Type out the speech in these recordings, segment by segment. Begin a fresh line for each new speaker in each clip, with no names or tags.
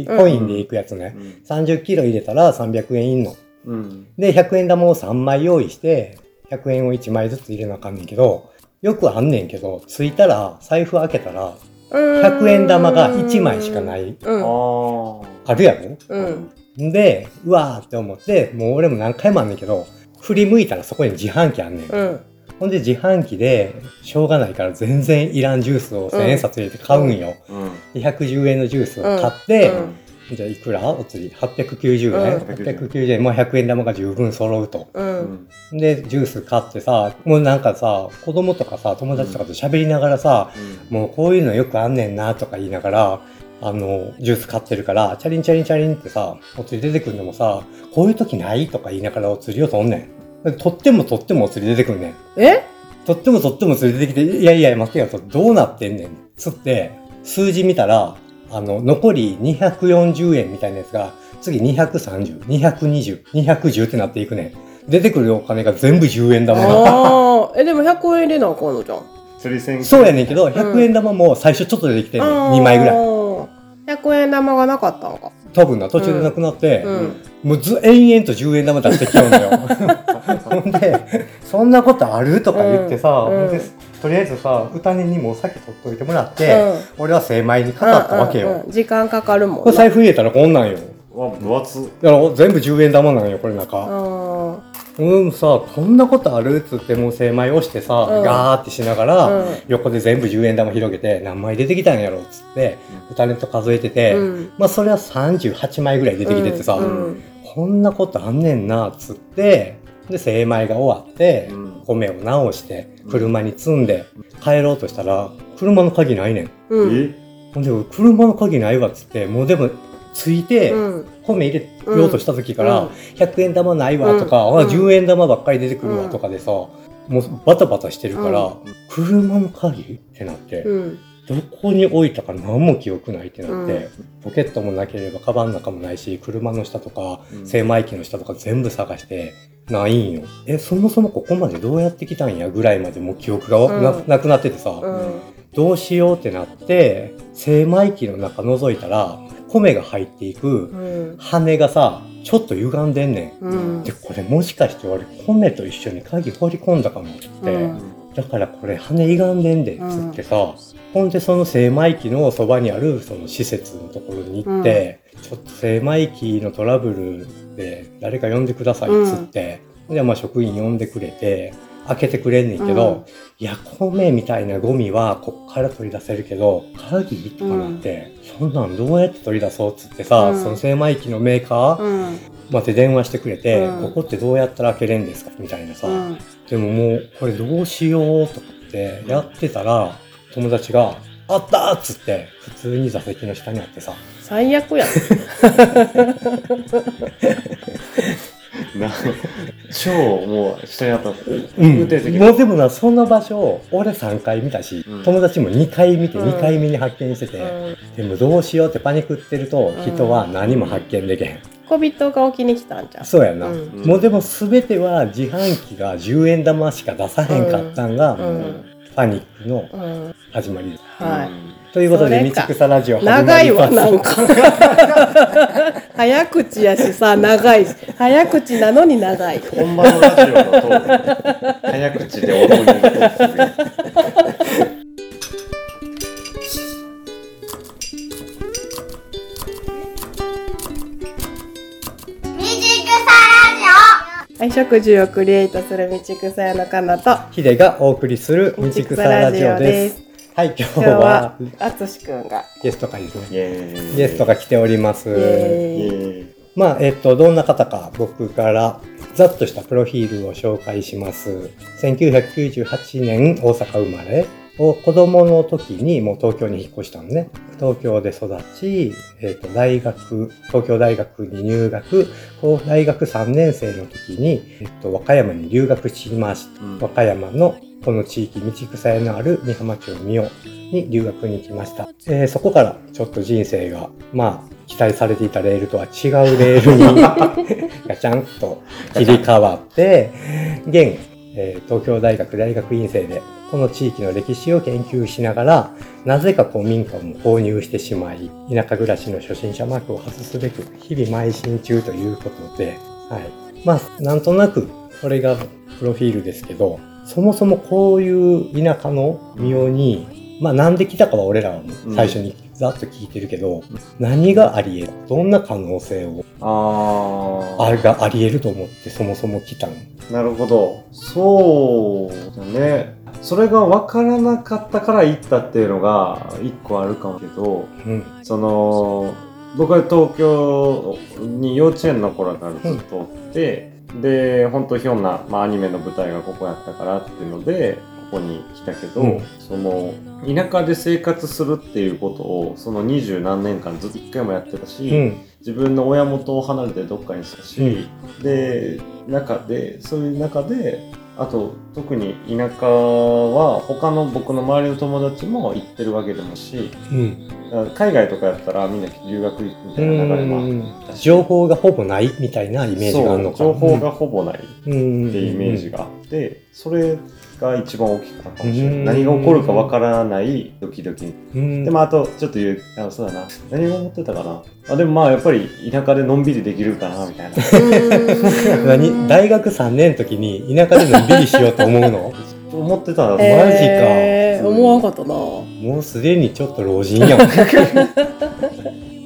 うんコインで行くやつね。30キロ入れたら300円いんの。
うん。
で、100円玉を3枚用意して、100円を1枚ずつ入れなあかんねんけど、よくあんねんけど、着いたら、財布開けたら、100
100。
円玉が1枚しかないい、
う
あ
ん。
あ。
あるやろ
うん。
で、うわーって思って、もう俺も何回もあんねんけど、振り向いたらそこに自販機あんねん。
うん。
ほんで自販機で、しょうがないから全然いらんジュースを1000円札入れて買うんよ。
うん。
で110円のジュースを買って、
うん
じゃあいくらお釣り890円、
うん
890円、まあ、100円玉が十分揃うと。
う。
うんん。
で、ジュース買ってさ、もうなんかさ、子供とかさ、友達とかと喋りながらさ、もうこういうのよくあんねんなとか言いながら、あの、ジュース買ってるから、チャリンチャリンチャリンってさ、お釣り出てくるのもさ、こういう時ないとか言いながらお釣りを取んねん。で取っても取ってもお釣り出てくんねん。
え
とってもとっても連れてきて、いやいや、待てよと、どうなってんねん。つって、数字見たら、あの、残り240円みたいなやつが、次230、220、210ってなっていくねん。出てくるお金が全部10円玉が。
ああ。え、でも100円入れなあかんのじゃん。
釣り線。
そうやねんけど、100円玉も最初ちょっと出てきてんねん。2枚ぐらい。
い。100円玉がなかったのか。
飛ぶな、途中でなくなって、
うん
もうず、延々と10円玉出してきよんだ よ。ほんで、そんなことあるとか言ってさ、
うんうん
ほんでとりあえずさ、歌音にもお酒取っといてもらっ
う
て、
ん。
俺は精米にかかったわけよ、
うんうんうん時間かかるも
これ
んな。
財布入れたらこんなんよ
わ、分厚。
だから全部10円玉なんよこれ中
うん。
うんさこんなことあるっつってもう精米をしてさ、
うん
ガーってしながら、
うん
横で全部10円玉広げて何枚出てきたんやろっつって2人と数えてて、
うん
まあそれは38枚ぐらい出てきててさ、
うん
こんなことあんねんなっつってで精米が終わって、
うん
米を直して車に積んで帰ろうとしたら車の鍵ないねん
うん。
え
ほんで、車の鍵ないわっつって、もうでも、ついて、
うん。
米入れようとした時か
うん
ら、100円玉ないわとか、
うん
あ10円玉ばっかり出てくるわとかでさ、もうバタバタしてるから、
う
車の鍵ってなって、
うん。
どこに置いたか何も記憶ないってなって、
うん
ポケットもなければカバンの中もないし、車の下とか、
うん
精米機の下とか全部探して、ないんよ。え、そもそもここまでどうやって来たんやぐらいまでもう記憶がな,、
うん
なくなっててさ、
うん。
どうしようってなって精米機の中覗いたら米が入っていく
うん。
羽がさちょっと歪んでんね
うん
ん。でこれもしかして俺米と一緒に鍵放り込んだかもっつって、
うん
だからこれ羽歪んでんでっつってさ、ほんでその精米機のそばにあるその施設のところに行って、ちょっと精米機のトラブルで誰か呼んでくださいっつって、でまあ職員呼んでくれて開けてくれんねんけど、
うん
いや米みたいなゴミはこっから取り出せるけど鍵とかなって、そんなんどうやって取り出そうっつってさ、
うん
その精米機のメーカー
うん。
まで電話してくれて、
うん
ここってどうやったら開けれんですかみたいなさ、
うん。
でももうこれどうしようとかってやってたら友達が「あった!」っつって普通に座席の下にあってさ
最悪やん。
な、超もう下にあった。
う
運
ん
転席
もうでもなその場所俺3回見たし、
うん
友達も2回見て
うん
2回目に発見してて、
うん
でもどうしようってパニクってると
うん
人は何も発見できへん、
小人が起きに来たんじゃん。
そうやな、
うん
もうでも全ては自販機が10円玉しか出さへんかったんが、
うん
パニックの
うん。
始まりです、
はい。
ということ
そ
で
れか
道草ラジオ始まります
長いわ、なんか。早口やしさ、長いし。早口なのに長い。
い。本場のラジオのトーク。早口で踊りのトーク
ミュージックサラジオ
愛食事をクリエイトする道草屋のかなと。
ヒデがお送りする道草ラジオです。はい、今日
今日は
は、
あつしくんが。
ゲスト会ですね。
イエーイ。
ゲストが来ておりま
イ
す。
イエ
エーイ
ーイ。
まあ、えっと、どんな方か僕からざっとしたプロフィールを紹介します。1998年大阪生まれ。を子供の時にもう東京に引っ越したのね。東京で育ち、えっと大学、東京大学に入学、こう大学3年生の時に、えっと、和歌山に留学しました。
うん
和歌山のこの地域道草屋のある美浜町三尾に留学に行きました、えーそこからちょっと人生がまあ期待されていたレールとは違うレールに ガチャンと切り替わって現、えー東京大学大学院生でこの地域の歴史を研究しながらなぜか古民家も購入してしまい田舎暮らしの初心者マークを外すべく日々邁進中ということで、はい、まあなんとなくこれがプロフィールですけどそもそもこういう田舎の妙に、まあなんで来たかは俺らはもう最初にざっと聞いてるけど、何があり得るどんな可能性を
ああ
あれがあり得ると思ってそもそも来たの
なるほどそうだねそれが分からなかったから行ったっていうのが一個あるかもけど
うん
その僕は東京に幼稚園の頃からずっとおって、で本当ひょんな、まあ、アニメの舞台がここやったからっていうのでここに来たけど、
うん
その田舎で生活するっていうことをその二十何年間ずっと一回もやってたし、
うん
自分の親元を離れてどっかにしたし、で中でそういう中であと特に田舎は他の僕の周りの友達も行ってるわけでもし
うん
だから海外とかやったらみんな留学行くみたいな流れもある
うん情報がほぼないみたいなイメージがあるのか
そう情報がほぼないっ
うん
てイメージがあって、それが一番大きかったかもしれない、
うん
何が起こるかわからないドキドキ
うん
でまああとちょっと言うあそうだな何を思ってたかなあでもまあやっぱり田舎でのんびりできるかなみたいな
何大学3年の時に田舎でのんびりしようと思うの
思ってたら、
えマジか
えー
うん
思わんかったな
もうすでにちょっと老人やん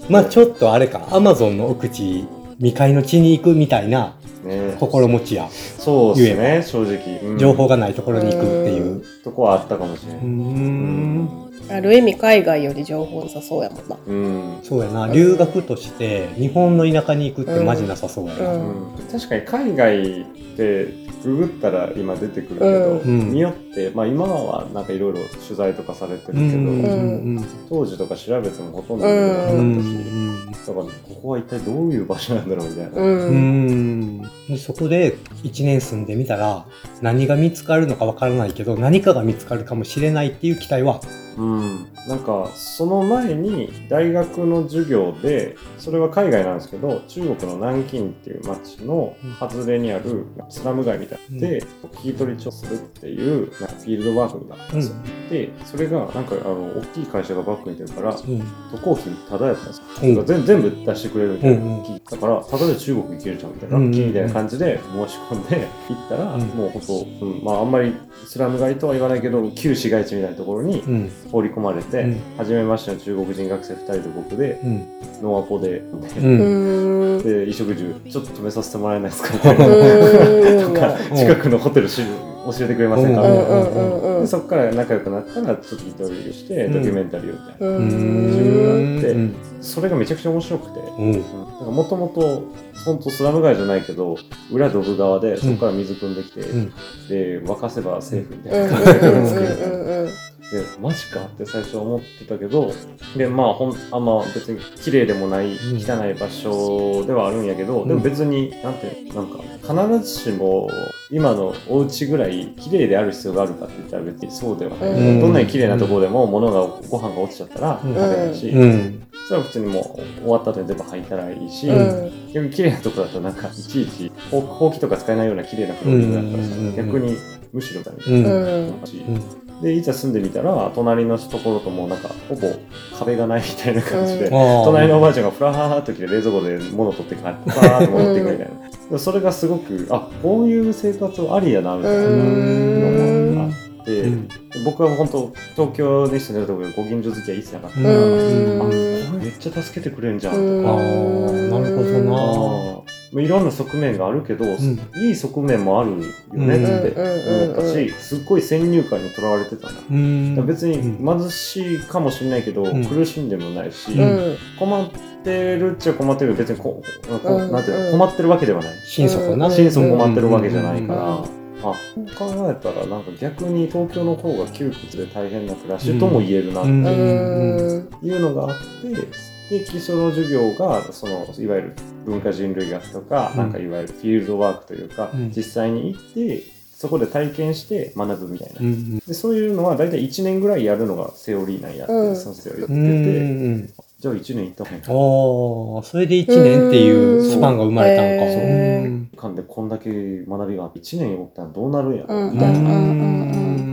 まあちょっとあれかアマゾンの奥地未開の地に行くみたいな
ね、
心持ちや
そうですね正直、うん
情報がないところに行くっていう
とこはあったかもしれな
う
い
ん
ある意味海外より情報なさそうやもんな
うん、
そうやな留学として日本の田舎に行くってマジなさそうやな、
う
うんん確かに海外ってググったら今出てくるけど、
うんうん
によって、まあ、今はなんかいろいろ取材とかされてるけど、
うんうんうん
当時とか調べてもほとんど出てなかったし、
う
うん
だからここは一体どういう場所なんだろうみたいな、
う、
うんんでそこで1年住んでみたら何が見つかるのかわからないけど何かが見つかるかもしれないっていう期待は
うん、なんかその前に大学の授業でそれは海外なんですけど中国の南京っていう町の外れにあるスラム街みたいなので、聞き取り調査するっていうなんかフィールドワークがあったんですよ、でそれがなんかあの大きい会社がバックに出るから渡
うん
航費ただやったんですよ、
うん
だから全全部出してくれるみたいな、
うんうん
だからただで中国行けるじゃんみたいな、
うんうん
ラッキーみたいな感じで申し込んで行ったら、
うん
もうほんと、うんまあ、あんまりスラム街とは言わないけど旧市街地みたいなところに
うん
放り込まれて、
うん
初めましての中国人学生2人と僕で
うん
ノアポで、
う
うんん
で衣食住ちょっと止めさせてもらえないですかみたいな
うん
とか
うん
近くのホテルし教えてくれませんかみ
う
たい
ん
な
うんうんうん
でそこから仲良くなったらちょっと一人でして
うん
ドキュメンタリーをみたいな、
う
うん
ん
で
うん
それがめちゃくちゃ面白くて、うん
うん
だからもともと本当スラム街じゃないけど裏ドブ側でそこから水汲んできて、
うん
で沸かせばセーフみた
う
い
ん
な感じで 作るみたいな。
うん
でマジかって最初思ってたけどでまあほんあんま別に綺麗でもない
うん
汚い場所ではあるんやけど、
うん
でも別になんてなんか必ずしも今のお家ぐらい綺麗である必要があるかって言ったら別にそうではない、
うん
どんなに綺麗なところでも物がご飯が落ちちゃったら
うん
食べないし、
うん
それは普通にもう終わった後に全部履いたらいいし、
う
うん
ん
逆に綺麗なとこだとなんかいちいちほうほうきとか使えないような綺麗なフローリングだったらさ
うんうんうん
逆にむしろだね。
うん
う
うん
ん
し
うん
でいざ住んでみたら隣のところともうなんかほぼ壁がないみたいな感じで、
うん
ああ
隣のおばあちゃんがフラハハっと来て冷蔵庫で物取って帰ってバーッと戻っていくみたいな、でそれがすごくあこういう生活ありやなみたいなのがあって、
うん
で僕は本当東京に住んでるところでご近所付き合い一切なかったか
う
ら、
ん
あこれ
うん
めっちゃ助けてくれんじゃんとか、
あーなるほど
あ
な
ーまあいろんな側面があるけど、
ん
いい側面もあるよねって思ったし、
うんうんうん
すっごい先入観にとらわれてたな、
うん
だから別
う
に
ん
貧しいかもしれないけど、
ん
苦しんでもないし、
うん
困ってるっちゃ困ってるけど別にここ
うん
なんていうの
うん
困ってるわけではない
心底な
うん
心底困ってるわけじゃないから、
うん
あそう考えたらなんか逆に東京の方が窮屈で大変な暮らしとも言えるなって
うん
いうのがあって、で基礎の授業がそのいわゆる文化人類学とか、
うん
なんかいわゆるフィールドワークというか、
うん
実際に行ってそこで体験して学ぶみたいな
う。ん
でそういうのは大体1年ぐらいやるのがセオリーなんやって、
うん
そのセオリ
う
ーやってて、
ん
じゃあ1年行った方がいいか
おー、それで1年っていうスパンが生まれたのか。
うーん
間でこんだけ学びがあって1年おったらどうなるんやろ
う
う、
うん
うん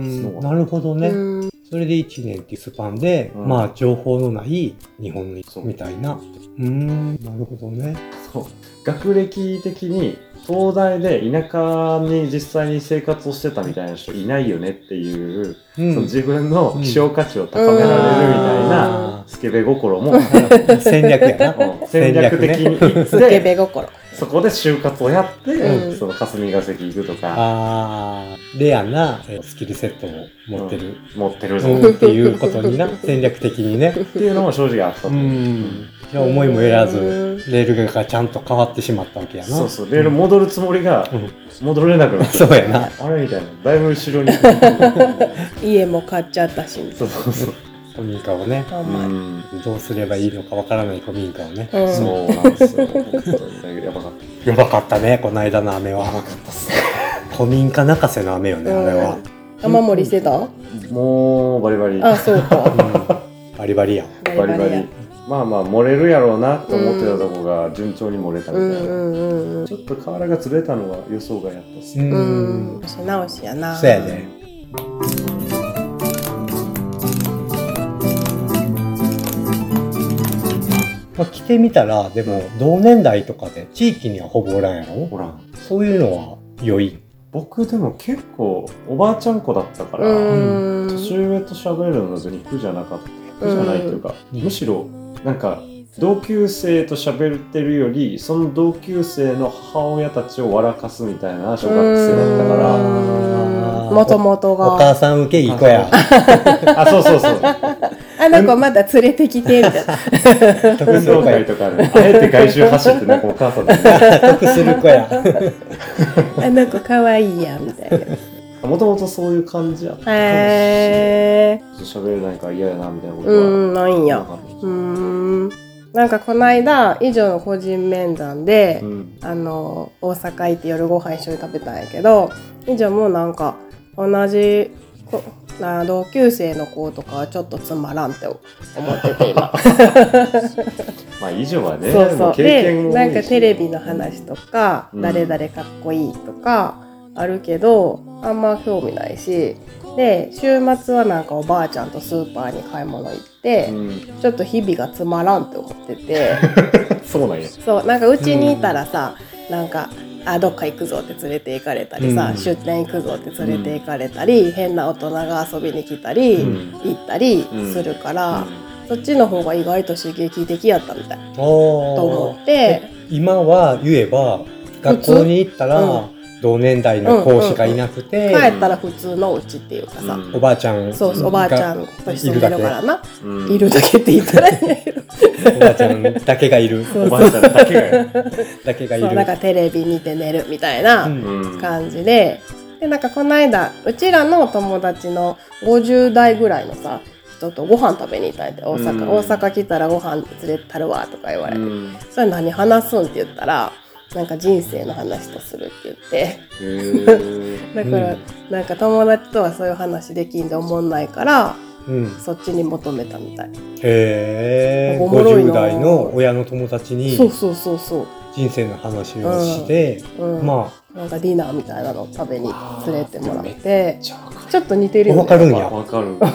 んなるほどね。
うん
それで1年っていうスパンで、
うん
まあ情報のない日本に
そう
みたいな。うーん、なるほどね。
そう学歴的に東大で田舎に実際に生活をしてたみたいな人いないよねっていう、
う
その
ん、
自分の希少価値を高められるみたい
あ
な、スケベ心も、うん
ー戦略やな。
戦略的に行っ
スケ
て
ベ心。
そこで就活をやって、
うん
その霞が関行くとか
あーレアなえースキルセットを持ってる、
持ってるぞ、
う
っ
ん、っていうことにな、戦略的にね。
ていうのも正直あったと
う
思う、
ん。じゃあ思いもよらず、レールがちゃんと変わってしまったわけやな。
そうそうレール戻るつもりが
うん
戻れなくなっ て、
そうやな
あれみたいなだいぶ後ろにそ
家も買っちゃったし。
うそうそう、
古民家をね、
ほ
うん
まに
ん、
どうすればいいのかわからない古民家をね。
うん
そうなんですよ本当にやばかった
やばかったね、この間の雨は。古民家泣かせの雨よね、あれは。
雨漏りしてた
もうバリバリ
あ、そうか。
うんバリバリやん。
バ
バリバリまあまあ漏れるやろうなと思ってたとこが順調に漏れたみ
う
たいな、
んうんうんうん
ちょっと瓦がずれたのは予想外やったっす、
う
うん。し直しやな。
そうやね。まあ、来てみたら、でも同年代とかで地域にはほぼおらんやろ
ほら
そういうのは良い。
僕でも結構おばあちゃん子だったから、
うん。
年上と喋るので肉じゃなかった苦じゃないというか、
うん
むしろなんか同級生と喋ってるよりその同級生の母親たちを笑かすみたいな小学生だったから、
もともと
お母
が。
さん受けいい子や。
あそうそうそう
あの子まだ連れてきてみたいな。
得
運
する
動
子や
会。とかねあえて外周走ってなんかお母さんで
得する子や。
あの子可愛いやみたいな。
もともとそういう感じやったかもしれ
へえ。
ない喋れないから嫌やなみたいなこと
う
は
ん、ないん
な
や。
かった
うーん。なんかこの間、以上の個人面談で、
うん
あの大阪行って夜ご飯一緒に食べたんやけど以上もうなんか同じこあ同級生の子とかはちょっとつまらんって思ってて今
まあ以上はね
そう
も
そうう
経
で
験も多いし
なんかテレビの話とか、
うん
誰々かっこいいとかあるけどあんま興味ないしで週末はなんかおばあちゃんとスーパーに買い物行って、
うん
ちょっと日々がつまらんって思ってて。
そうなんや
そうなんかうちにいたらさ、なんかあどっか行くぞって連れて行かれたりさ、
うん
出店行くぞって連れて行かれたり、変な大人が遊びに来たり、
うん
行ったりするから、そっちの方が意外と刺激的やったみたいと
おー
思って、
今は言えば、学校に行ったら、同年代の子しかいなくて、
帰ったら普通のうちっていうかさ、
うん
おばあちゃんが
そうそうおばあちゃんと住んでるからな
うん
いるだけって言ったらいいんだけど
おばあちゃんだけがい る。
おばあちゃんだけがや
だけがいる
そう。なんかテレビ見て寝るみたいな。
うん
うん
感じででなんかこの間うちらの友達の50代ぐらいのさ人とご飯食べに行ったんやて大阪、
うん
大阪来たらご飯連れてたるわとか言われて、
うん
それ何話すんって言ったらなんか人生の話とするって言って
へー
だから、
うん
なんか友達とはそういう話できんで思んないから
うん
そっちに求めたみたい、
へえ。
おもろい
50
な
代の親の友達に
そうそうそうそ
人生の話をして、
う、うん
ま
なんかディナーみたいなの食べに連れてもらって
じゃあわか
ちょっと似てるよね
わかるんや
るわかる
あ、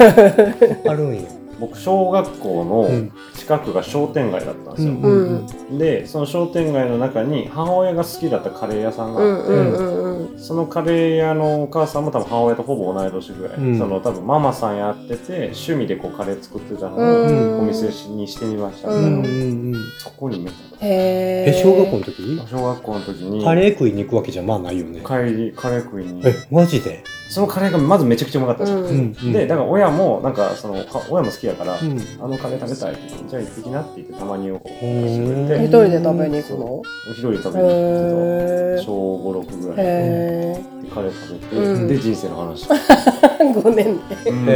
あるんや。
僕小学校
う
の
ん
近くが商店街だったんですよ、
うん
うん
でその商店街の中に母親が好きだったカレー屋さんが
う
あっ
ん
て、
うんうんうん
そのカレー屋のお母さんも多分母親とほぼ同い年ぐらい、
うん
その多分ママさんやってて趣味でこうカレー作ってたのを
うん
お店にしてみました、
う
うん
ん
うんうん。
そこに見た
へ
え、
ー
小学校の時
小学校の時に
カレー食いに行くわけじゃまあないよね。
帰りカレー食いに
え、マジで
そのカレーがまずめちゃくちゃうまかったんですよ、
う
うんん。
うん
でだから親もなんかそのか親も好きだから、
うん。
あのカレー食べたいって言ってじゃあ行ってきなって言ってたまにをこう
へ
してく
ー
れ
一
て
人で食べに行
お昼に食
く
べに行って
の
た小56ぐらいで
へえ
カレー食べて、
うん
で人生の話、
5年で
うん
へ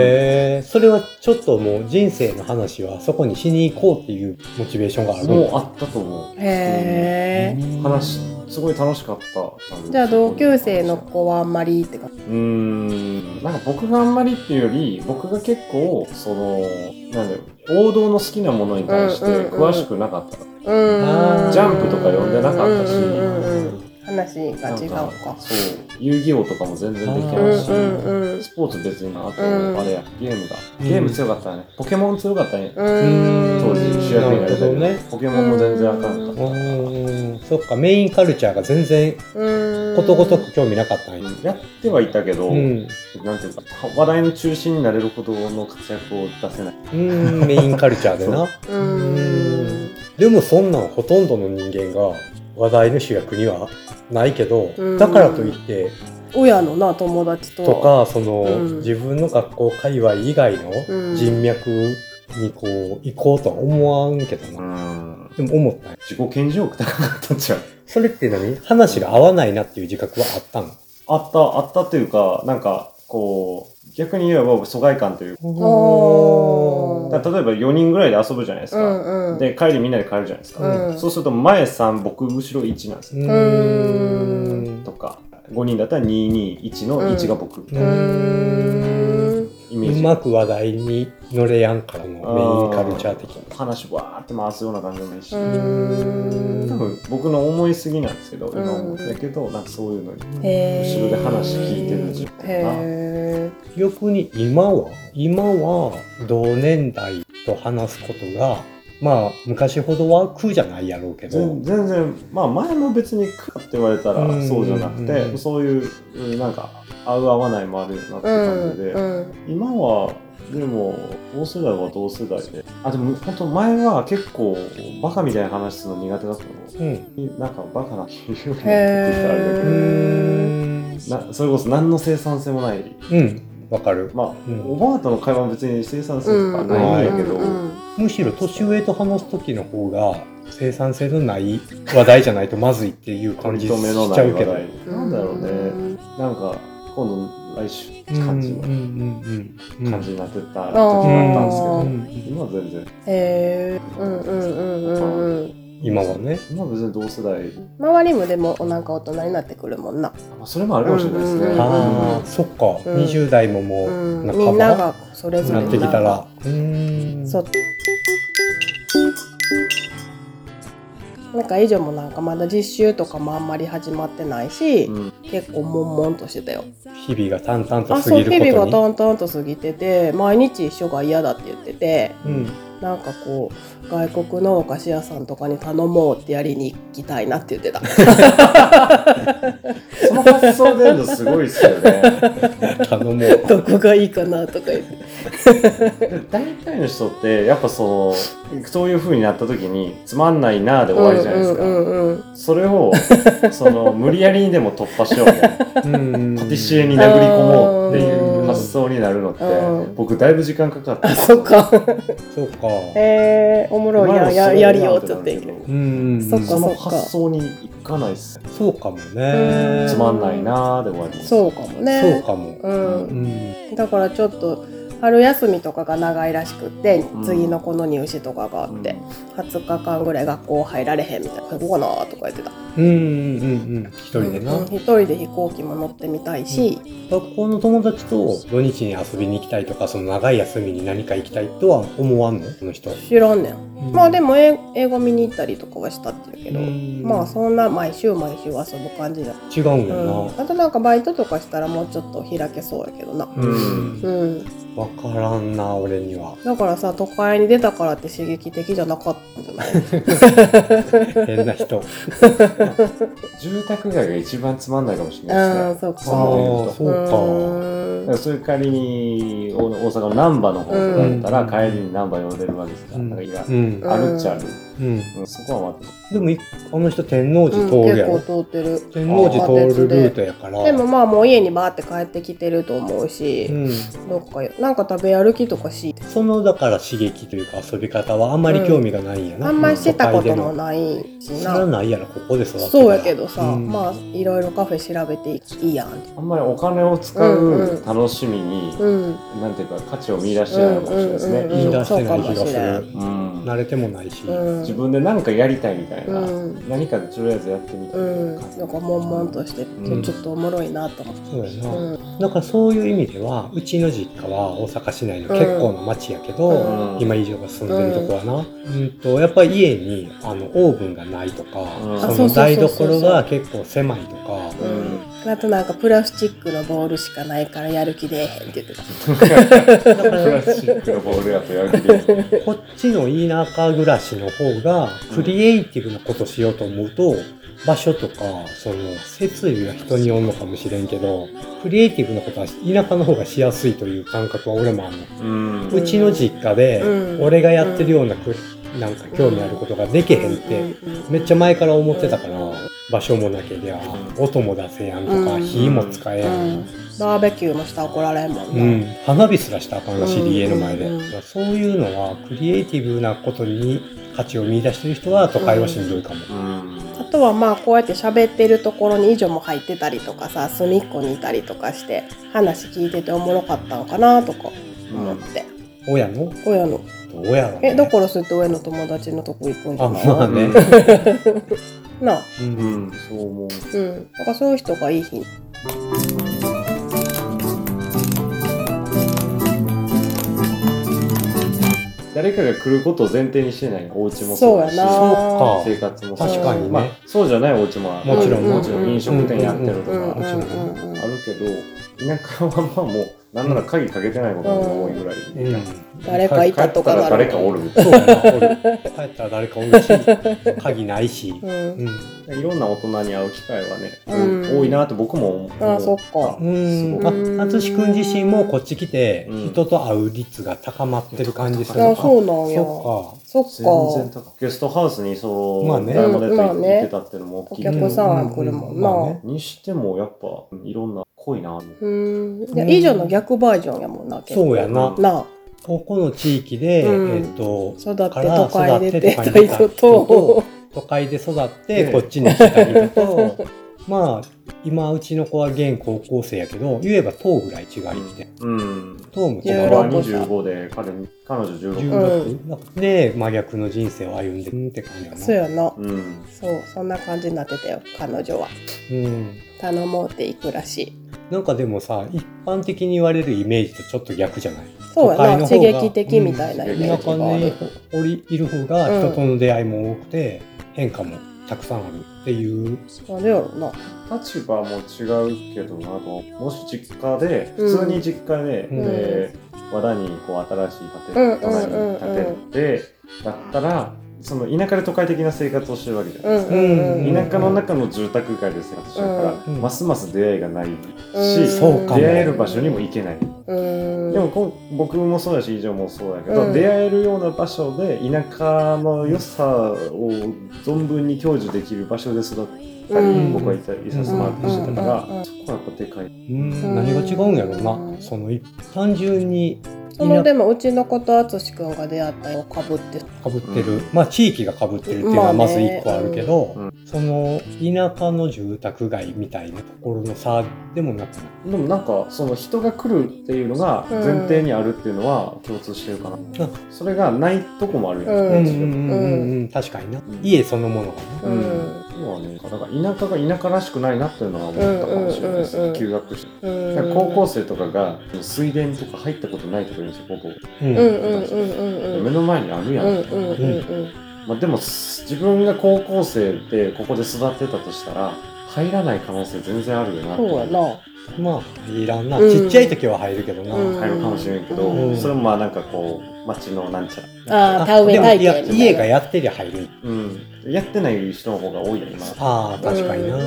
え、それはちょっともう人生の話はそこにしに行こうっていうモチベーションがある
もうあったと思う
へえ
話すごい楽しかった
じゃあ同級生の子はあんまりって感
うーんなんか僕があんまりっていうより僕が結構そのなんだろう王道の好きなものに対して
うんうんうん
詳しくなかった、
じ。うん
あー
ジャンプとか読んでなかったし
うんうんうんうん話が違う
なん
か。
そう遊戯王とかも全然でき
う
ないし、
んうん
スポーツ別になあと、
うん
あれやゲームだ
うん
ゲーム強かったねポケモン強かったね、
うん。
当時主役になりたいけ
なるほど
ど
ね
ポケモンも全然あかんかった、
うんそっかメインカルチャーが全然
うん。
ことごとく興味なかったんや、
やってはいたけど、
うん
なんていうか話題の中心になれるほどの活躍を出せない
うん、メインカルチャーでな
うん。
でもそんなんほとんどの人間が話題の主役にはないけど、
うん
だからといって
親のな友達と。
とかその、
うん
自分の学校界隈以外
うん
の人脈にこう行こうとは思わんけどな、
ん
でも思ったんや
自己顕示欲高かったんちゃう
それって何話が合わないなっていう自覚はあったの
あったあったというかなんかこう逆に言えば疎外感というか
お
だから例えば4人ぐらいで遊ぶじゃないです
う
か、
んうん。
で帰りみんなで帰るじゃないですか、
うん
そうすると前3僕後ろ1なんですよ、
う
ー
ん
とか5人だったら221の1が僕、
うん
うん。
イメー
う
ジ
まく話題に乗れやんからのメインカルチャー的に
話わーって回すような感じでもいいし、
うん
多分僕の思いすぎなんですけど、
ん
今思うんだけどなんかそういうのに
へー
後ろで話聞いてる時間
へ
逆に今は今は同年代と話すことがまあ昔ほどは苦じゃないやろうけど
全全然まあ前も別に食って言われたら
うん
そうじゃなくて、
うん
そういううんなんか合う合わないもあるよな
う
って感
ん。
じで、
うん。
今はでも同世代は同世代であでも本当前は結構バカみたいな話するの苦手だった
う
の
ん
なんかバカな気分になって
う
きたらあれだけ
ー
へ
ん
ど なそれこそ何の生産性もない
うんわかる
まあ、
うん
おばあとの会話も別に生産性とかないんだけど、
むしろ年上と話す時の方が生産性のない話題じゃないとまずいっていう感じしち
取り留めのな
ゃ
いう
け
話
ど
題なんだろうね、なんか今度来週って感じの
うんうんうんうん
感じになってた時があっ
あ
たん
う
ですけど、
ー
ん
今は全然
へえ。うんうんうんうんうん。
今はね
今は別に同世代、
周りもでもなんか大人になってくるもんな。
まあ、それもあるかもしれないですね、
うん
ああそっか
うん
20代もも
う。
うん半ば
みんながそれぞ
な
れ
ってきたらうーん
そう。なんか以上もなんかまだ実習とかもあんまり始まってないし、
うん
結構悶々としてたよ。
日々が淡々と
あ、
過
そう、
ぎ
日
る
々
こ
が
とに
淡々と過ぎてて、毎日一緒が嫌だって言ってて、
うん
なんかこう、外国のお菓子屋さんとかに頼もうってやりに行きたいなって言ってた。
その発想出るのすごいですよね
頼もう
どこがいいかなとか言って。
で大体の人ってやっぱそのそういう風になった時につまんないなーで終わりじゃないですか、
うんうんうん
それをその無理やりにでも突破しようみたいな
パテ
パ
ィ
ティシエに殴り込もうっていう発想になるのって
うん
僕だいぶ時間かかって
あ、そっか。
そうか
えー、おもろいや、や、やりようって言って
けど
うん
そっか
その
そっ
発想にいかないっすね
そうかもね
つまんないなーで終わり
そうかもね。
そうかも
うん
う。ん
だからちょっと春休みとかが長いらしくって、
ん
次のこの入試とかがあって、20日間ぐらい学校入られへんみたいなここかなとか言ってた
うんうんうんうん一人でな
うん一人で飛行機も乗ってみたいし、
学校の友達と土日に遊びに行きたいとかその長い休みに何か行きたいとは思わんのこの人
知らんねん、まあで
も
も英英語見に行ったりとかはしたって言うけど、まあそんな毎週毎週遊ぶ感じじゃん、
違うん
う
や
ん、
な
あとなんかバイトとかしたらもうちょっと開けそうやけどな
うん
うん
わからんな俺に は
だからさ都会に出たからって刺激的じゃなかったんじゃない
変な人
住宅街が一番つまんないかもしれない
う
ですね
んそうか
あー
そ
そうか
だ
う
か
ーん
らそれ仮にお大阪の難波の方とかだったら帰りに難波呼んでるわけですから、
うん
なんかいや
うん
あるっちゃある、
うん
うんそこはまた
でもいあの人天王寺
うん
通るや
結
ろ
構通ってる
天王寺通るルートやから
でもまあもう家にバーって帰ってきてると思うし、
うん、
どっかなんか食べ歩きとかし
そのだから刺激というか遊び方はあんまり興味がないんやな、
あんまりしたこと
都
も
会
ないし
での知ら
な
ないやろここで育って
そうやけどさ、
うん
まあいろいろカフェ調べていいやん
あんまりお金を使
うんう
うん楽しみに、
うん
なんていうか価値を見出してないかもしれないですね、
うんうんうん
言い出してない気が
そうかもし
す
れ
る
ん
うん
慣れてもないし、
うん
自分で何かやりたいみたいな、
うん
何かでとりあえずやってみた
う
い
ん、なん
な感
か
じ、
悶々として
うん
ちょっとおもろいなと思って、
そうや
う
な、
ん
だからそういう意味ではうちの実家は大阪市内の結構な町やけど、
うん
今以上が住んでるとこはな、うんとやっぱり家にあのオーブンがないとか、
うんあ
そ
そうそうそ
の
うそう
台所が結構狭いとか、
うん、あとなんかプラスチックのボールしかないからやる気出えへんって言ってた
プラスチックのボールやとやる 気で
こっちの田舎暮らしの方がクリエイティブなことしようと思うと、場所とかその設備が人によるのかもしれんけどクリエイティブなことは田舎の方がしやすいという感覚は俺もあるの。
うん
うちの実家で、
うん
俺がやってるようなく、なんか興味あることができへんって、めっちゃ前から思ってたから、場所もなけりゃ、音も出せやんとか、
うん
火も使えや。
うんん、バーベキューもしたら怒られんもん
うん
ね、
花火すらしたらあかんらしい、
うん
家の前で、
う
そういうのはクリエイティブなことに価値を見出してる人は都会はしんどいかも、
うん
あとはまあこうやって喋ってるところに以上も入ってたりとかさ隅っこにいたりとかして話聞いてておもろかったのかなとか思って、
親の
親の
親はね
えだからそうやって親の友達のとこ行くんじ
あ
ゃない
まあね、
なあ
うん
うん、そう思う
うんなんかそういう人がいい日
誰かが来ることを前提にしてないお家も
そう
だ
や
し
な
そう
生活も
確
かに
ね
まあ、そうじゃないお家もある
もちろん
もちろ
うん
ん飲食店やってると
うん
か
うんうんうん
あるけど田舎はまあもうなんなら鍵かけてないことも多いぐらい、
か、うん
誰かいたとか
帰ったら
な
誰かおる
そうやな俺帰ったら誰かおるし鍵ないし、
うん
うん
いろんな大人に会う機会はね、
うん
多いなと僕も思う
あそっか
う
す
ん、
ご
あ
い
うん
淳君自身もこっち来て
うん
人と会う率が高まってる感じする
あそうなんや
そ
そっ
全然
か
高くゲストハウスにそ
まあ
の
ね
ダイヤモンド
うんまあ
行
ね
ってたっていうのも大
お
きいけど
客さんは来るもんな、
うんうんまあね
にしてもやっぱいろんな濃いな
うんで以上の逆バージョンやもんな
うかそうやな
なあ
ここの地域で、
うん
えっと
育って
から
都会で
育
出
て
たい人と
都会で育っ
ね
てこっちに来たりとか まあ今うちの子は現高校生やけど言えば10ぐらい違いって
うん
10も
僕
違う
は25で彼彼女16
16で真逆の人生を歩んでるって感じや
そう
な。
やな
うん
そうそんな感じになってたよ彼女は
うん
頼もうっていくらしい
なんかでもさ一般的に言われるイメージとちょっと逆じゃない
そうやな
都
刺
会の方が
激的みたいなイメ
田
ージ
舎
があ
に
る、
おりいる方が人との出会いも多くて、変化もたくさんあるっていう
なんでやろな
立場も違うけどなともし実家で普通に実家で,、
うん
で和田にこう新しい建て、
うん
和田に建てて、だったらその田舎で都会的な生活をしてるわけじゃないですか、
うんうん
田舎の中の住宅街で生活してるから、
うん
ますます出会いがないし、
うん
そうかも
出会える場所にも行けない、
うん
でもこう僕もそうだし以上もそうだけど、
うん
出会えるような場所で田舎の良さを存分に享受できる場所で育ったり、
うん
僕はいたいさせてもらったりしてたから、
うんうんうん
そこはやっぱでかい。
うん何が違うんやろう
うん
なそのい単純に
そのでもうちの子と淳くんが出会ったよかぶって
かぶってる、
うん
まあ地域がかぶってるっていうの
まあ
は
ね
まず一個あるけど、
うん
その田舎の住宅街みたいなところの差でもなくな
でもなんかその人が来るっていうのが前提にあるっていうのは共通してるかな、
ん
それがないとこもあるやん、
うん
い、う
う
んうんうんうん確かにな、
ん
家そのものがね
うん
要はねだから田舎が田舎らしくないなっていうのは思ったかもしれないです、
うんうんうんうん
休学してだから高
高
校生とかが水田とか入ったことないとこいるんですよ高校
うん
うんうんうんうんうん
目の前にあるやん、
うんうんうん
まあ、でもす自分が高校生でここで育ってたとしたら入らない可能性全然あるよなって
そうやな
まあいらんな、
うん
ちっちゃい時は入るけどな、
うん
入るかもしれんけど、
うん
それもまあなんかこう町のなんちゃら
あー田植え
でも
体
いや
験みたいな
家がやってりゃ入る
うん、やってない人の方が多いや今
ああ確かにな、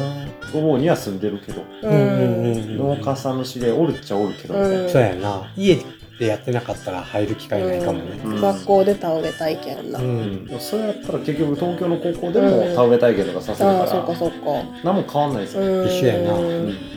午後には住んでるけど、
う
うんうん
ん
うんうん
農家さんの知り合いおるっちゃおるけど、
うん
そうやな家でやってなかったら入る機会ないかもね、
うん
学校で田植え体験な
う
あ
ん
うんでもそれやったら結局東京の高校で
う
も
ん
田植え体験とかさせるか
あそう
ら、
かそうか
何も変わんないですよ、
うん
一緒やな
う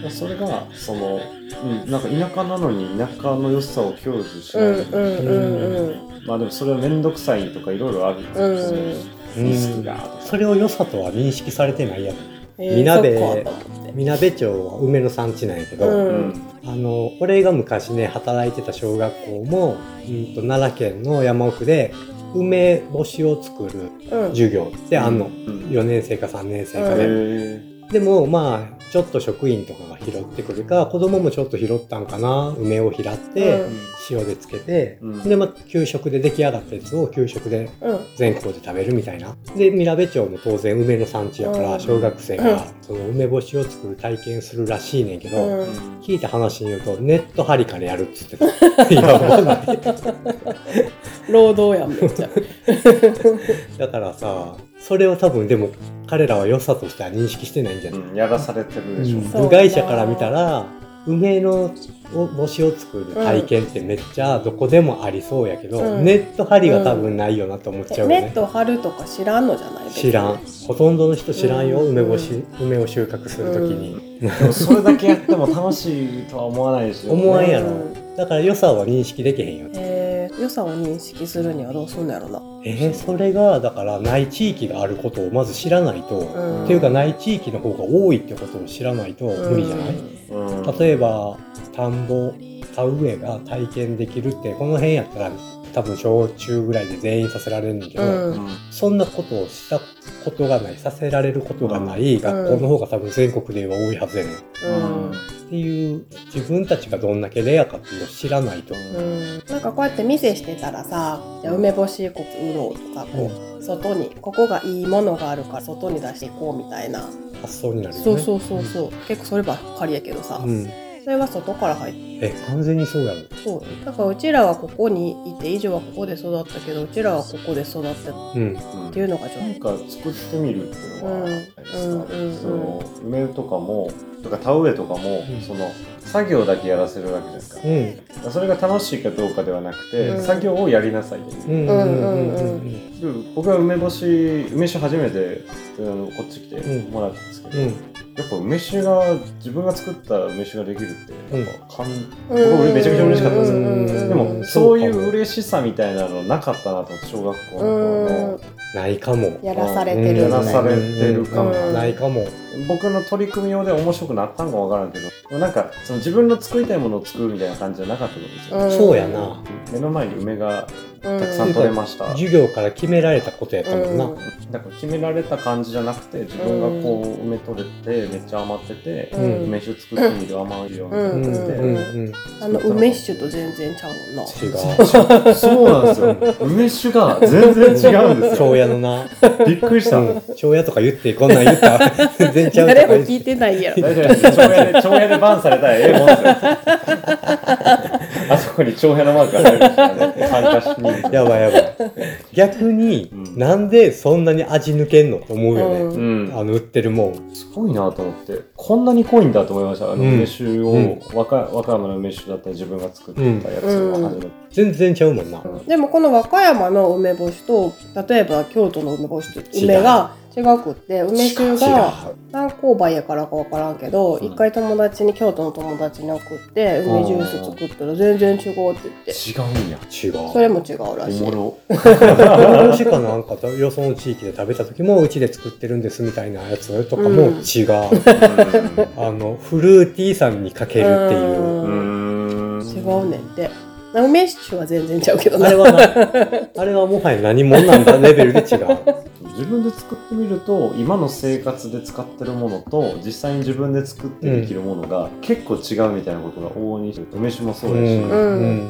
んそれがその、うん、なんか田舎なのに田舎の良さを享受し
う
ない、
んうんうんうん
まあでもそれは面倒くさいとかいろいろあるんですよ、
うん
リスクがとか
それを良さとは認識されてないやん
えー
みなべ
そっかと思って
みなべ町は梅の産地なんやけど、
うん
あの俺が昔ね働いてた小学校も、うん、と奈良県の山奥で梅干しを作る
うん
授業ってあんの、
うん
4年生か3年生か
へ
で、
ー
でもまあちょっと職員とかが拾ってくるか子供もちょっと拾ったんかな梅を拾って、
うん
塩でつけて、
うん
でまあ給食で出来上がったやつを給食で
うん
全校で食べるみたいなでミラベ町も当然梅の産地やか
う
ら
ん
小学生がその梅干しを作る体験するらしいねんけど、
うん
聞いた話によるとネットハリからやるっつって たいやわかんない
労働やんめっちゃ
だからさそれを多分でも彼らは良さとしては認識してないんじゃない、
うんやらされてるでしょ、
そう
部外者から見たら梅の帽子を作る体験ってめっちゃどこでもありそうやけど、
うん
ネットハリが多分ないよなと思っ ちゃうよ
ネッ
ね、
ト張るとか知らんのじゃない
知らんほとんどの人知らんよ、
うん
梅干し梅を収穫するときに、
でもそれだけやっても楽しいとは思わないですよ、ね、
思わんや
う
ろ
ん
だから良さは認識できへんよ
えー、良さを認識するにはどうすんのやろな
えーそれがだからない地域があることをまず知らないと、
うん
っていうかない地域の方が多いってことを知らないと無理じゃない、
うん
うん
例えば田んぼ田植えが体験できるってこの辺やったら多分小中ぐらいで全員させられるんだけど、
うん
うん
そんなことをしたことがないさせられることがない学校の方が多分全国では多いはずやねん。
うん
っていう自分たちがどんだけレアかっていうのを知らないと。
うんなんかこうやって店してたらさじゃあ梅干しこう売ろうとかこう、外にここがいいものがあるから外に出していこうみたいな、
発想になるよね。
そうそうそうそう結構そればっかりやけどさ、
うん。
それは外から入って
え完全にそうやろ。
そうだからうちらはここにいて以上はここで育ったけどうちらはここで育ってっ
うん。
うん
ていうのがちょ
な
っ
んか作ってみるっていうのはあったり
うんうんうん
その梅とかもとか田植えとかも、
うん
その作業だけやらせるわけじゃないですか
う、ん。
それが楽しいかどうかではなくて、
うん
作業をやりなさいって
う
い
ん。
う、
う
うんん
う
うん
う
んうんん
うん。
僕は梅干し梅酒初めてあのこっち来て
うん
もらったんですけど、
う
やっ
ん。
ぱ梅酒が自分が作った梅酒ができるって
うん
なんか感、
と
僕俺めちゃくちゃ嬉しかったですよ
うんうんうん
うん
で
う
も
ん
そういう嬉しさみたいなのなかったなと思って小学校の頃の。
うん
ないかも。
やらされてる
うん
やらされてる
感
うんないかも。
僕の取り組み用で面白くなったんかわからんけどなんかその自分の作りたいものを作るみたいな感じじゃなかったと思うんですよ、
ん
そうやな。
目の前に梅が
う
たくさん取れました、
授業から決められたことやったもんな。
うん
だから決められた感じじゃなくて自分がこう梅取れてめっちゃ余ってて、
うん
うん
梅酒作ってみる甘いよみたい
うん
な
う
感
ん
じで、
うんうん。
あの梅酒と全然ちゃうもんな
違う。
そうなんですよ梅酒が全然違うんです
庄
よ
屋のな。
びっくりし
う
た、
ん庄屋とか言って、こんなん言ったら全然ちゃうと
誰
か
も
言って
聞いてない やろ
大丈夫です長屋で長屋でバンされたらええもんですよあそこに長屋のマークが入りましたね参加しに
やばいやばい。逆に、
うん
なんでそんなに味抜けんのと思うよ
う
ね。
ん
うん
あの、売ってるもん。
すごいなと思ってこんなに濃いんだと思いましたあの
うん
梅酒を、
うん
若和歌山の梅酒だったり自分が作ったやつを始めて、
全然ちゃうもんな。
でもこの和歌山の梅干しと例えば京都の梅干しと
違う
梅が違くって梅酒が
違う
何勾配やからか分からんけど
うん
一、回友達に京都の友達に送って梅ジュース作ったら全然違うって言って
違うんや
違う。
それも違うらしい。
おも
このしかなんかとよその地域で食べた時もうちで作ってるんですみたいなやつとかも
うん
違う、
ろ
あのフルーティーさんにかけるっていう
う
うん
ん
違うねんって梅酒は全然ちゃうけど
あ
な
れはなあれはもはや何もなんだレベルで違う
自分で作ってみると今の生活で使ってるものと実際に自分で作ってできるものが結構違うみたいなことが往々にして梅酒もそうだし、
うんうん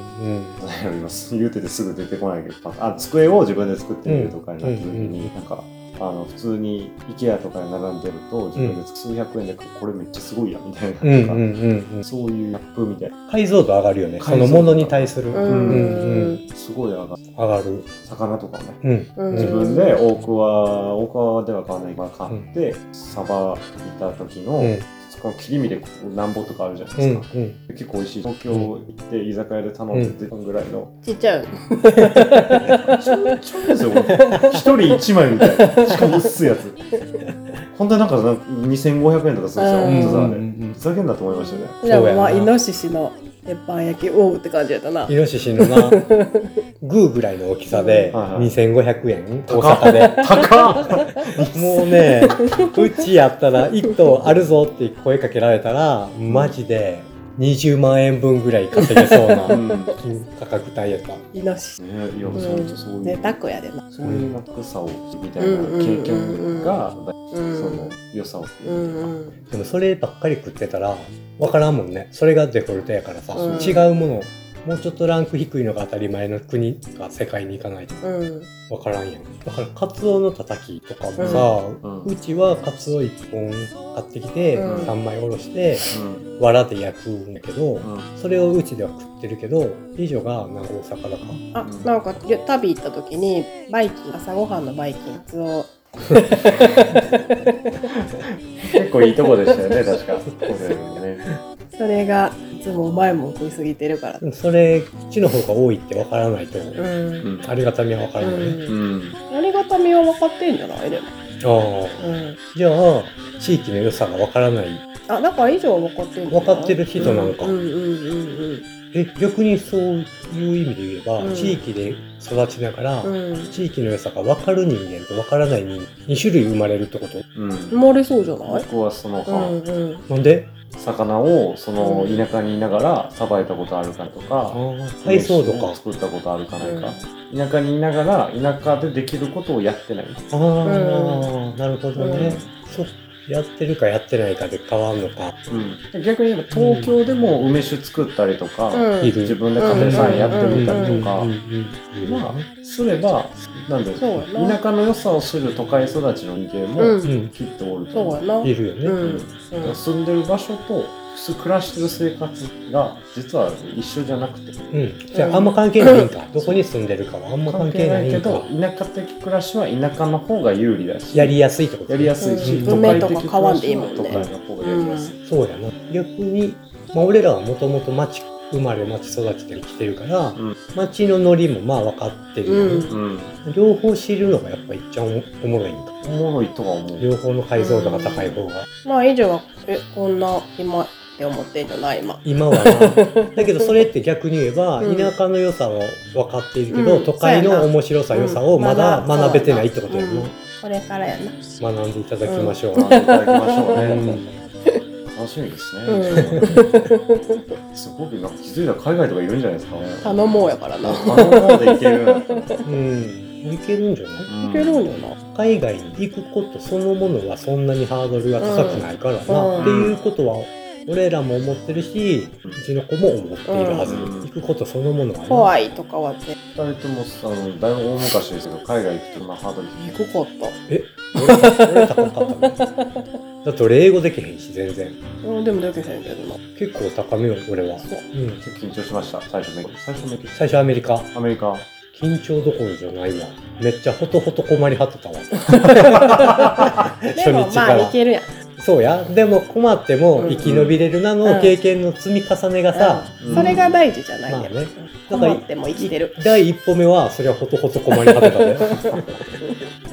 今言うててすぐ出てこないけどあ机を自分で作ってみるとかになった時に、
うんう
なんかあの普通に IKEA とかに並んでると自分で数百円でこれめっちゃすごいやみたいな,、
うんうんうんう
なん
うん
かそういうギャップみたいな
解像度上がるよねそ
解像
の
度
ものに対する
う
うん
ん
うん
すごい上がる
上がる
魚とかもね
うん
うん
自分で大桑大桑では買わないから買って、サバいた時の、
うん
そこの切り身でこうなんぼとかあるじゃないで
う
す
ん
か、
うん
結構美味しい東京行って居酒屋で頼んで出たぐらいの、
ちっちゃいよね
ですよ一人一枚みたいなしかも薄い やつ本当になんかなんか2500円とかする
うん
んです
ん
よ、本当だあれ
うん
ふざけんなと思いましたね
う
じ
や
ゃ
な
あまあイノシシの鉄板焼きおうって感じやったな
イノシシのなグーぐらいの大きさで
はいはい
2500円大阪で
高っ
もうね、うちやったら1頭あるぞって声かけられたら、マジで20万円分ぐらい稼げそう
う
なん
ね
金価格帯やった。
イノシシ
いや
うん
本当そうい
贅
う
沢やでな
そういう楽さをみたいな経験が
う
そ
ん
の良さを
うんうん
でもそればっかり食ってたら分からんもんねそれがデフォルトやからさ、
うん
違うものもうちょっとランク低いのが当たり前の国とか世界に行かないと
うん
分からんやんだからカツオのたたきとかもさ、
う
うんちはカツオ1本買ってきて、
うん
3枚おろして
うん
わらで焼くんだけど、
うん
それをうちでは食ってるけど以女がなんか大阪だか
あなんか旅行った時にバイキン朝ごはんのバイキンツを
結構いいとこでしたよね確かこれもね
それがいつもうまいもん食いすぎてるから
でもそれうちの方が多いって分からないと、
うん
うん
ありがたみは分からない、ね
うん
やり方みは分かってんじゃないでも、
ああ
うん、
じゃあ地域の良さが分からない
あだから以上分かってんじゃない
分かってる人なんか
うんうんうん
え逆にそういう意味で言えば、
うん
地域で育ちながら、
うんうん
地域の良さが分かる人間と分からない人2種類生まれるってこと
うん
生まれそうじゃない
僕はその
うん
歯
うん
なんで
魚をその田舎にいながらさばいたことあるかと
あ
か
あ体操とか
作ったことあるかないか、田舎にいながら田舎でできることをやってない
ああ、なるほどね、そやってるかやってないかで変わんのか、
うん、逆に言えば東京でも梅酒作ったりとか、
うん
いる
自分でカフェさんやってみたりとか、
うんうんうん
まあすればなんだろ
そうやな
田舎の良さを知る都会育ちの人間
う
も
ん
うん
きっとおると
そう
思
やな
いるよ
う
ね、
ん
だから住んでる場所と暮らしてる生活が実は一緒じゃなくて
うんじゃああんま関係ないんか、どこに住んでるかはあんま
関
関
係
係
な
ないい
け
んか
ど田舎的暮らしは田舎の方が有利だし
やりやすいってこと
やりやすいし、
うん
都会的
文明とか変わんでいいもんね
都会の方がやりやすい、
そうやな逆に、まあ、俺らはもともと町生まれ町育ちで来てるから、
ん
町のノリもまあ分かってるよね、
う
うん
両方知るのがやっぱ一番おもろいんか
おもろいとは思う
両方の解像度が高い方が、
まあ以上はえこんな今って思ってんじゃない今
今 はなだけどそれって逆に言えば、
うん
田舎の良さは分かっているけど、
うん
都会
そうや
の
な
面白さ良さを
うん
まだ
まだ
学べてないってことやな、
うんこれからやな
学んでいただきましょう、
まあいただきましょうね、
うん
楽しみですね、
う
すごいなんか気づいたら海外とかいるんじゃないですかね
頼もうやからな、
頼もうでいけるな
うんいけるんじゃない
いけるんよな
海外に行くことそのものはそんなにハードルが高くないからな、
うん
っていうことは俺らも思ってるし
うん
うちの子も思っているはず、
うん
行くことそのものはな
怖いとかは絶
二人ともあのだいぶ大昔ですけど海外行くとまあハードル
対
低い
低
え
かった
俺俺高かったねだって俺英語できへんし全然
うんでもだけせんけど な
結構高めよ俺は、うん、
結構緊張しました最初メキ最初メキ
最初アメリカ
アメリカ
緊張どころじゃないわめっちゃほとほと困り果てたわ初
でも
日か
まあい
ら
けるやん
そうやでも困っても生き延びれるな
うんう
の
ん
経験の積み重ねがさ、
うん
それが大事じゃないんだよ、
まあね
うん困っても生きてる
第一歩目はそれはほとほと困り果てたで
やっ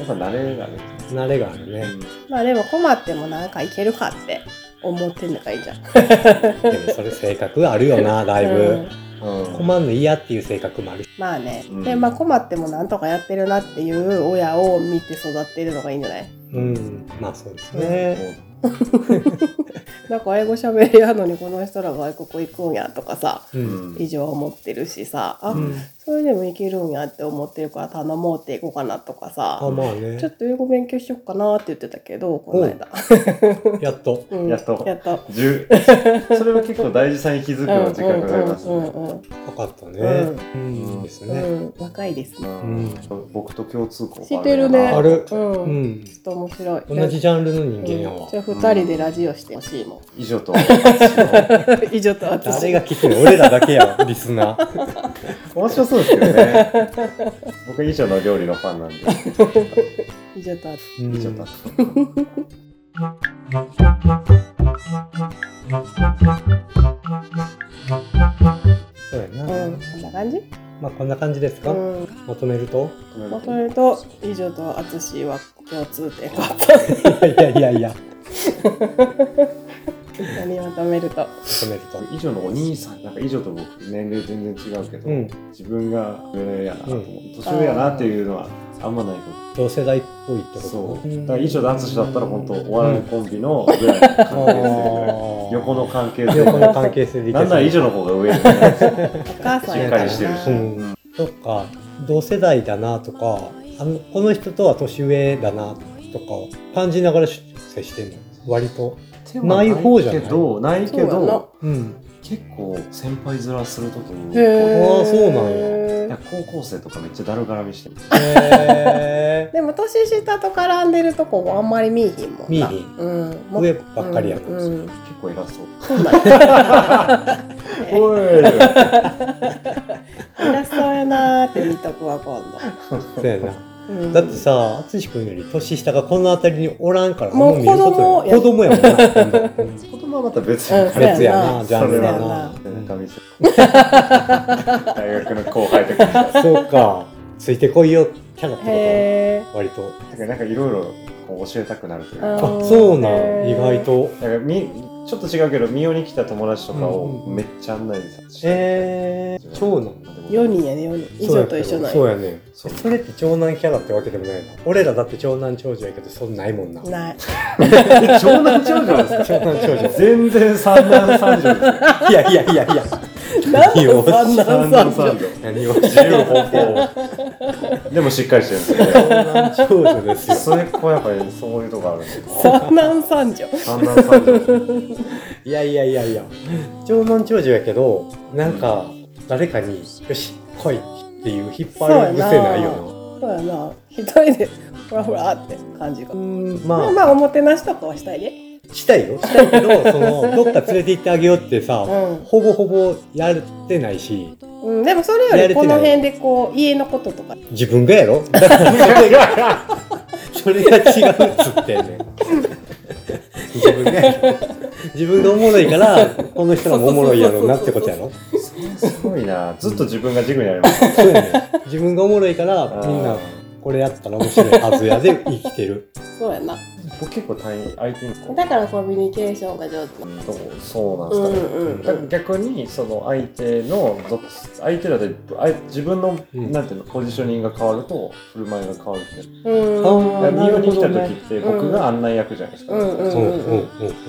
ぱ慣れがね、
慣れがあるね
まあでも困ってもなんかいけるかって思ってんのがいいじゃん
でもそれ性格あるよ なだいぶ、
うんうん
困んの嫌っていう性格もあるし
まあね、
うん
でまあ困ってもなんとかやってるなっていう親を見て育ってるのがいいんじゃない
うんまあそうですね、
なんか英語喋りやのにこの人らが外国行くんやとかさ
う
うんん
以上思ってるしさあ、
うん
それでもいけるんやって思ってるから頼もうっていこうかなとか
あ
さ
まあね
ちょっと英語勉強しよっかなって言ってたけどこの間、
やっと
うん
やっと
やっと
十それは結構大事さに気づくの時間かかります
うんうん
ね
うんうんうん
分かったね、
う
うん
うん
です
う
ね、
ん、若いですね。
うん僕と共通項
知ってるね。
あるう
うん。ちょ
ん、
っと面白い。
同じジャンルの人間や
う
わ
んじゃあ二人でラジオしてほしいもん。
以上と面
以上と私。
誰が聞くの俺らだけやわリスナ ー
白そうですけどね僕以上の料理のファンなんで
以上と私。
うん
以上と
そうやな、
うん。こんな感じ？
まあこんな感じです
う
か、
ん。
まとめると
まとめると以上と私は共通点があっ
いやいやいやいや
た。何まとめると。
まとめると
以上のお兄さんなんか以上と僕年齢全然違うけど、
うん
自分が上やなと思う、
うん
年上やなっていうのはあんまないこ
同世代っぽいって
と
こと
そうだ
ん
から以上と淳だったら本当お笑いコンビのぐらいの
あ
関係性ぐらい
ー
横の関係性
横の関係性でいけ
な
そ
んなら以上の方が上になる
お母さんや
しっ
か
からりしてるし、
う、
なん
とか同世代だなとかあのこの人とは年上だなとかを感じながらし接してるの割と、ない方じゃない
けどないけ
そうやな
ど
うん、
結構先輩面するときに
へ
あ
ー
ーそうなん
いや高校生とかめっちゃだるがらみしてる
へ
でも年下と絡んでるとこもあんまり見えひんもんな
見えひん
うん、
ー上ばっかりやる
うんうん
結構偉 そう
そうなんだ
おい
偉そうやなーって見とくわ今
そうやな
度、うん
だってさ淳君より年下がこの辺りにおらんから
もう
あんま見ることない子
子
供
供
やもんなほん ま
子供はまた別
うんそう
別や
そ
なジャンルやな
それは中見せ大学の後輩とかだ
うんそうかついてこいよキャラって
へ
こと割と
からなんかいろいろこう教えたくなるという
あ
か
あ
ー
そうな
へ
ん
ー
意外と
だからみちょっと違うけど美容に来た友達とか
うん
を
うん
めっちゃ案内させて、
えー、長男
ー4人や ね4人以上と一緒なん
そう
や
やね
そう
それって長男キャラってわけでもないな俺らだって長男長女やけどそんないもんな長
ない
え長男長女 ですか
男長 女
全然三男三 女ですよ
いやいやいやいや
なん
いいよ
で三男
三
三
男三
女
女
何を
自由奔放でもしっかりしてるんですよね
長男長女ですよ
それこうやっぱりそういうとこあるんですよ
三男三女
三男三女
いやいやいやいや長男長女やけどなんか誰かに「よし来い」っていう引っ張る癖ないよ
そうやな一人でほらほらって感じが
なうーん
まあ
まあ
まあおもてなしとかはしたいで
したいよしたいけ どそのどっか連れて行ってあげようってさ
う
ほぼほぼやってないし
ん、うん、でもそれよりこの辺でこう家のこととか
自分がやろ だからそれが それが違うっつってんねん自分がやろ自分がおもろいからこの人らもおもろいやろうなってことやろ
すごいなずっと自分がジグになります
そうやねん自分がおもろいからみんなこれやったら面白いはずやで生きてる
そうやな
僕結構単位相手に
だからコミュニケーションが上手
うんどうそうなん
う
ですかね、
んうん
だから逆にその相手の属相手だとあい自分の、
うん
なんていうのポジショニングが変わると振る舞いが変わるっていう
うん
あ
だか
な
ら日
るほど
本
ね
に来た時って僕が案内役じゃないですか、
うんうん
うんうんうん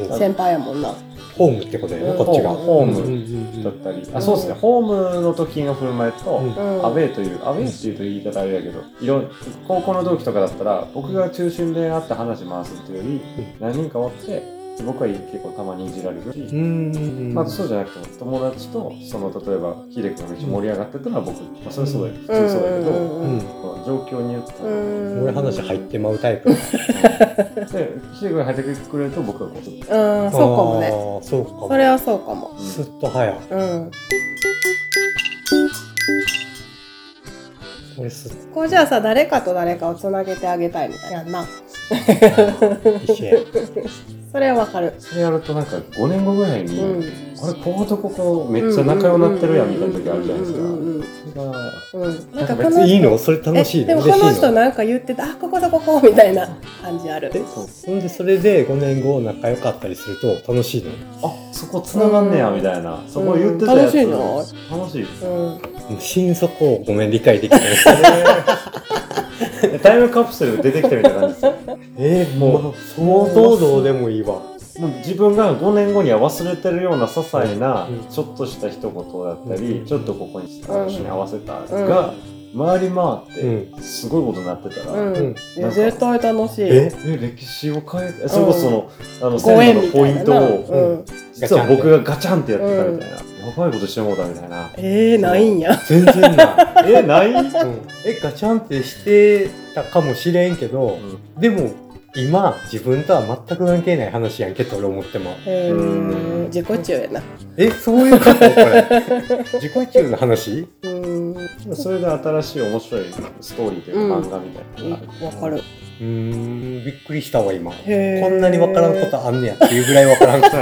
うん
先輩やもんな
ホームってことやなこっちが
ホーム
うんうんう
だっ
ん
たり、あそうですねホームの時の振る舞いと、
うん
うん
アウェイというアウェイっていうと言い方あれだけどいろん高校の同期とかだったら僕が中心であって話回すっていうより、何人かおって僕は結構たまにいじられるし、
うんうんうん
まあ、そうじゃなくても友達とその例えばヒデ君がめっちゃ盛り上がってたのは僕、まあ、それはそうだよ普通そうだけど、
うん
うん
この状況によって
う
は、
ん
俺話入ってまうタイプうん
でヒデ君が入ってくれると僕はこうちょっと
うんそうかもね
そうかも
それはそうかも
すっと早
うん
俺すっと
こうじゃあさ誰かと誰かをつなげてあげたいみたいなやんな
一緒や
それはわかる
それやるとなんか5年後ぐらいに、
うん
あれこことここめっちゃ仲良くなってるやんみたいな時あるじゃないですか。
うんうん
それが
うんうん
な
なんん
か
か
別
こ
にいい
の
のそれ楽しい
えで
の
も
嬉
この
しい
人
の
なんか言ってたあこことここみたいな感じある
そんでそれで5年後仲良かったりすると楽しいの
あそこ繋がんねやみたいな、そこ言ってたやつ、
うん楽し
楽しいで
う
す、
ん
もう心底をごめん理解できない
えータイムカプセル出てきたみたいな感じですよ
えー、もう相当どうでもいいわ
もう自分が5年後には忘れてるような些細な
うん
ちょっとした一言だったり、
うん
ちょっとここに話に合わせたが、回り
う
回っ
ん
てすごいことになってたら、
うん
うん
いや絶対楽しい
え
え歴史を変ええそれこそその,、あの
ご
鮮
縁
度の
みた
ポイ
いな
ントを、
う
うん
ん
実は僕がガチャンってやってたみたいな、やばいことしてもうたみたいな
えー、ないんや
全然ない、
えない、
うん、えガチャンってしてたかもしれんけど、でも今自分とは全く関係ない話やんけと俺思っても
へ
う
ー
ん
自己中やな
えそういうことこ れ自己中の話
うんわ
それで新しい面白いストーリーというか
うん
漫画みたいなのがある、
かる
うーんびっくりしたわ今こ
へー
んなに分からんことあんねやっていうぐらい分からんこと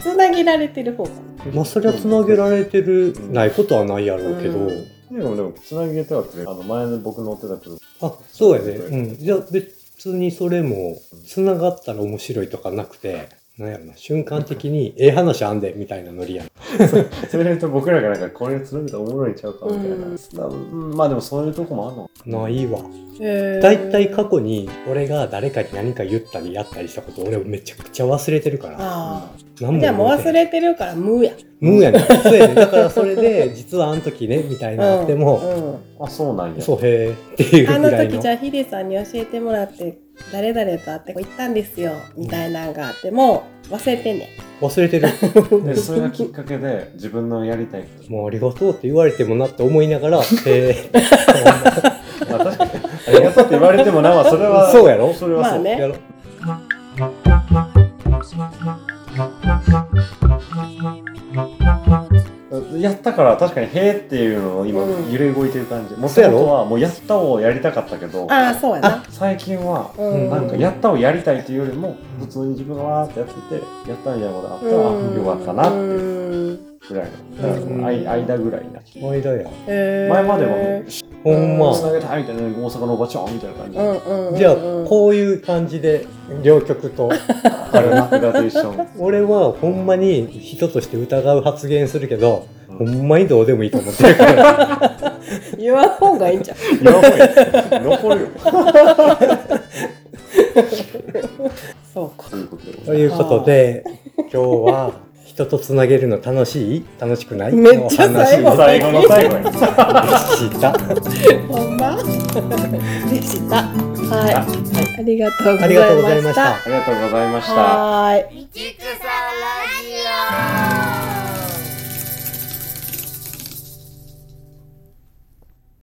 つなげられてる方か
まあそりゃつなげられてるないことはないやろうけど、
うん
でもでもつなげてはくれるあの前の僕乗ってたけど
あそうやね、うん、じゃあ別にそれもつながったら面白いとかなくて、なんやろな、瞬間的に、ええ話あんで、みたいなノリやん。
それと僕らがなんかこれつるんだらおもろいんちゃうかみたいな、
うん
なうんまあでもそういうとこもあるの
ないわ。
へー
だいたい過去に、俺が誰かに何か言ったりやったりしたこと、俺めちゃくちゃ忘れてるから。
あ
何
あじゃあもう
覚えてへん
忘れてるから無や
無やねん。そうやねん。だからそれで、実はあの時ね、みたいなのあっても、
うんうん
あそうなんや
そうへえっていう
あ
ぐ
の
らい
時じゃ
の。
あヒデさんに教えてもらって誰々と会ってこう行ったんですよみたいなんがあってもう忘れてんね
忘れ てる。
でそれがきっかけで自分のやりたい こと
もうありがとうって言われてもなって思いな がら、へえ
まあ確かにありがとうって言われてもなまあそれは
そうやろ
それはそう、
まあね
やろ。
やったから確かに「へえ」っていうのを今
うん
揺れ動いてる感じも
そうや
とも
ろ
とはもう「やった」をやりたかったけど
んああそうやな
最近は
うん
なんか「やった」をやりたいというよりも普通に自分がわーってやっててやったみたいなことあったら
うん
よかったなっていう
うん
ぐらいのだ
うん
からあい間ぐらいな
間や。
へー
前までは「
ほんま。
つなげたい」みたいな大阪のおばちゃんみたいな感じ
うんうんうんうん
じゃあこういう感じで両曲と
あれなグラデー ション
俺はほんまに人として疑う発言するけど
うん
ほんまにどうでもいいと思ってるから
言わん方がいいんじゃん
やばい残るよ
そうか
と
ということでござい
いうことで今日は人とつなげるの楽しい楽しくない
めっちゃ
のお話
ます最
最
後
後
の最後に
でした
ほん までしたはい ありがとう
ありがとうござい
ございま
まし
し
た
た
ありがとうございました
はーい
道草ラジオ